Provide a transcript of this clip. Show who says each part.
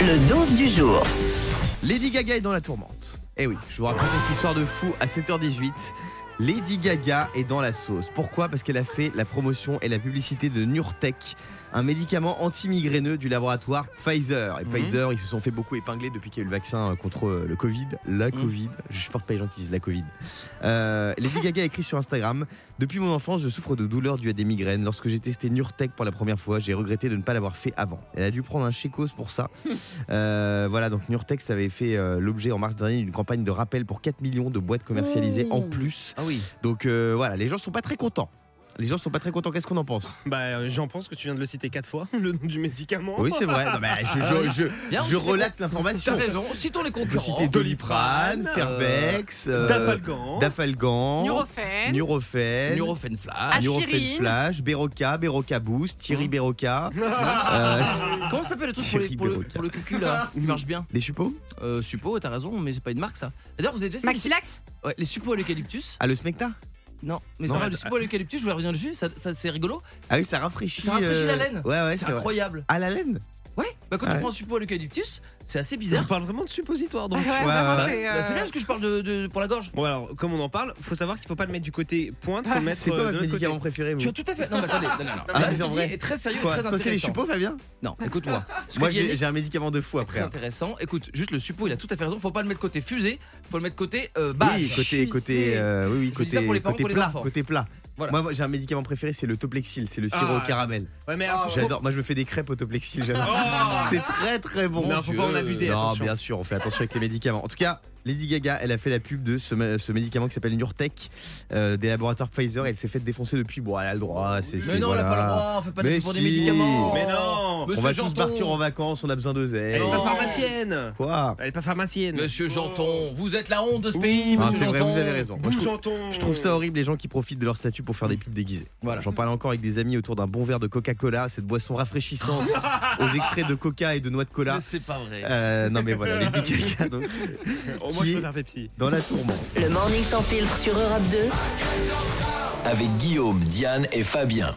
Speaker 1: Le 12 du jour.
Speaker 2: Lady Gaga est dans la tourmente. Eh oui, je vous raconte cette histoire de fou à 7h18. Lady Gaga est dans la sauce. Pourquoi Parce qu'elle a fait la promotion et la publicité de Nurtec, un médicament anti-migraineux du laboratoire Pfizer. Et Pfizer, ils se sont fait beaucoup épingler depuis qu'il y a eu le vaccin euh, contre euh, le Covid. La Covid. Je supporte pas les gens qui disent la Covid. Euh, Lady Gaga a écrit sur Instagram Depuis mon enfance, je souffre de douleurs dues à des migraines. Lorsque j'ai testé Nurtec pour la première fois, j'ai regretté de ne pas l'avoir fait avant. Elle a dû prendre un chécos pour ça. Euh, voilà, donc Nurtex avait fait euh, l'objet en mars dernier d'une campagne de rappel pour 4 millions de boîtes commercialisées en plus.
Speaker 3: Ah oui.
Speaker 2: Donc euh, voilà, les gens sont pas très contents. Les gens sont pas très contents. Qu'est-ce qu'on en pense
Speaker 4: Bah, euh, j'en pense que tu viens de le citer quatre fois, le nom du médicament.
Speaker 2: Oui, c'est vrai. Non, mais je, je- je-
Speaker 3: Bien, on
Speaker 2: je
Speaker 3: s'était-
Speaker 2: relate
Speaker 3: T'as
Speaker 2: l'information.
Speaker 3: raison, citons les
Speaker 2: Je peux
Speaker 3: concurrents.
Speaker 2: citer Doliprane, Fairbex, euh,
Speaker 4: Dafalgan.
Speaker 2: Dafalgan,
Speaker 5: Nurofen.
Speaker 2: Nurofen,
Speaker 3: Nurofen Flash.
Speaker 5: Aspirine.
Speaker 2: Nurofen Flash, Beroca, Beroca Boost, Thierry
Speaker 3: Hum.
Speaker 2: Beroca. Euh,
Speaker 3: Comment s'appelle le truc pour, les-
Speaker 2: Thierry
Speaker 3: pour le,
Speaker 2: Béroca.
Speaker 3: pour le cucu là qui marche bien
Speaker 2: Des suppos
Speaker 3: euh, Suppo, t'as raison, mais c'est pas une marque ça. D'ailleurs, vous avez déjà essayé
Speaker 5: Maxilax
Speaker 3: les, ouais, les suppos à l'eucalyptus
Speaker 2: Ah, le Smecta
Speaker 3: Non, mais c'est pas
Speaker 4: Non,
Speaker 3: grave,
Speaker 4: mais-
Speaker 3: le suppo à l'eucalyptus, je voulais revenir dessus, ça, ça, c'est rigolo.
Speaker 2: Ah oui, ça rafraîchit.
Speaker 3: Ça rafraîchit
Speaker 2: euh,
Speaker 3: la laine.
Speaker 2: Ouais, ouais,
Speaker 3: c'est
Speaker 2: c'est vrai.
Speaker 3: incroyable.
Speaker 2: Ah, la laine
Speaker 3: Ouais, bah quand
Speaker 2: Ouais.
Speaker 3: tu prends un suppo à l'eucalyptus, c'est assez
Speaker 4: On
Speaker 3: bizarre.
Speaker 4: parle vraiment de suppositoire
Speaker 5: Ah
Speaker 4: donc.
Speaker 5: ouais,
Speaker 2: ouais,
Speaker 5: vraiment,
Speaker 2: ouais.
Speaker 5: c'est, euh,
Speaker 3: Bah, c'est bien parce que je parle de, de- pour la gorge.
Speaker 4: Bon, alors, comme on en parle, faut savoir qu'il faut pas le mettre du côté pointe, faut le mettre
Speaker 2: Ah, C'est quoi
Speaker 4: euh, de
Speaker 2: votre
Speaker 4: l'autre côté.
Speaker 2: médicament préféré, vous
Speaker 3: Tu as tout à fait. Non, mais attendez, non, non, non.
Speaker 2: Ah,
Speaker 3: Là,
Speaker 2: mais
Speaker 3: ce
Speaker 2: c'est
Speaker 3: que
Speaker 2: vrai.
Speaker 3: tu dis est très sérieux
Speaker 2: Quoi
Speaker 3: et très
Speaker 2: Toi, c'est les
Speaker 3: intéressant.
Speaker 2: suppos, Fabien
Speaker 3: Non, écoute-moi. Ce que
Speaker 2: Moi,
Speaker 3: dit Yannick
Speaker 2: j'ai j'ai un médicament de fou
Speaker 3: très
Speaker 2: après.
Speaker 3: intéressant. Écoute, juste le suppo, il a tout à fait raison. Faut pas le mettre côté fusée, faut le mettre côté euh, base.
Speaker 2: Oui, côté,
Speaker 5: Fusée.
Speaker 2: côté, euh, oui, oui,
Speaker 3: Je dis ça
Speaker 2: côté,
Speaker 3: pour les parents,
Speaker 2: côté
Speaker 3: pour les
Speaker 2: plat,
Speaker 3: enfants.
Speaker 2: côté plat.
Speaker 3: Voilà.
Speaker 2: Moi, Moi, j'ai un médicament préféré, c'est le toplexil, c'est le sirop
Speaker 4: Ah,
Speaker 2: au caramel.
Speaker 4: Ouais, mais alors, faut-
Speaker 2: J'adore. Moi, je me fais des crêpes au toplexil. J'adore.
Speaker 3: Ah.
Speaker 4: Oh
Speaker 2: C'est très très bon.
Speaker 4: Non, faut
Speaker 3: Dieu.
Speaker 4: pas en abuser,
Speaker 2: Non,
Speaker 4: attention.
Speaker 2: bien sûr, on fait attention avec les médicaments. En tout cas, Lady Gaga, elle a fait la pub de ce, ma- ce médicament qui s'appelle Nurtec euh, des laboratoires Pfizer. Et elle s'est fait défoncer depuis. Bon, elle a le droit. c'est-
Speaker 3: Mais
Speaker 2: c'est-
Speaker 3: non, on
Speaker 2: voilà.
Speaker 3: n'a pas le droit, on fait pas
Speaker 2: Mais
Speaker 3: des pour des
Speaker 2: si.
Speaker 3: médicaments.
Speaker 4: Mais non.
Speaker 2: On
Speaker 3: Monsieur
Speaker 2: va tous
Speaker 3: Janton.
Speaker 2: partir en vacances. On a besoin
Speaker 4: Elle est
Speaker 2: d'oseille.
Speaker 4: pas
Speaker 3: Non.
Speaker 4: pharmacienne.
Speaker 2: Quoi
Speaker 4: Elle est pas pharmacienne.
Speaker 3: Monsieur Janton, vous êtes la honte de ce pays,
Speaker 2: Ah,
Speaker 3: monsieur
Speaker 2: C'est vrai,
Speaker 3: Janton.
Speaker 2: vous avez raison. Moi, je
Speaker 4: Bouge,
Speaker 2: trouve-
Speaker 4: Janton.
Speaker 2: Je trouve ça horrible les gens qui profitent de leur statut pour faire des pubs déguisées.
Speaker 3: Voilà.
Speaker 2: J'en parlais encore avec des amis autour d'un bon verre de Coca-Cola, cette boisson rafraîchissante aux extraits de Coca et de noix de cola.
Speaker 3: Mais C'est pas vrai.
Speaker 2: Euh, non mais voilà, Lady Gaga donc,
Speaker 4: Au moins, je
Speaker 2: Qui-
Speaker 4: préfère Pepsi.
Speaker 2: dans la tourmente.
Speaker 1: Le morning sans filtre sur Europe 2.
Speaker 6: avec Guillaume, Diane et Fabien.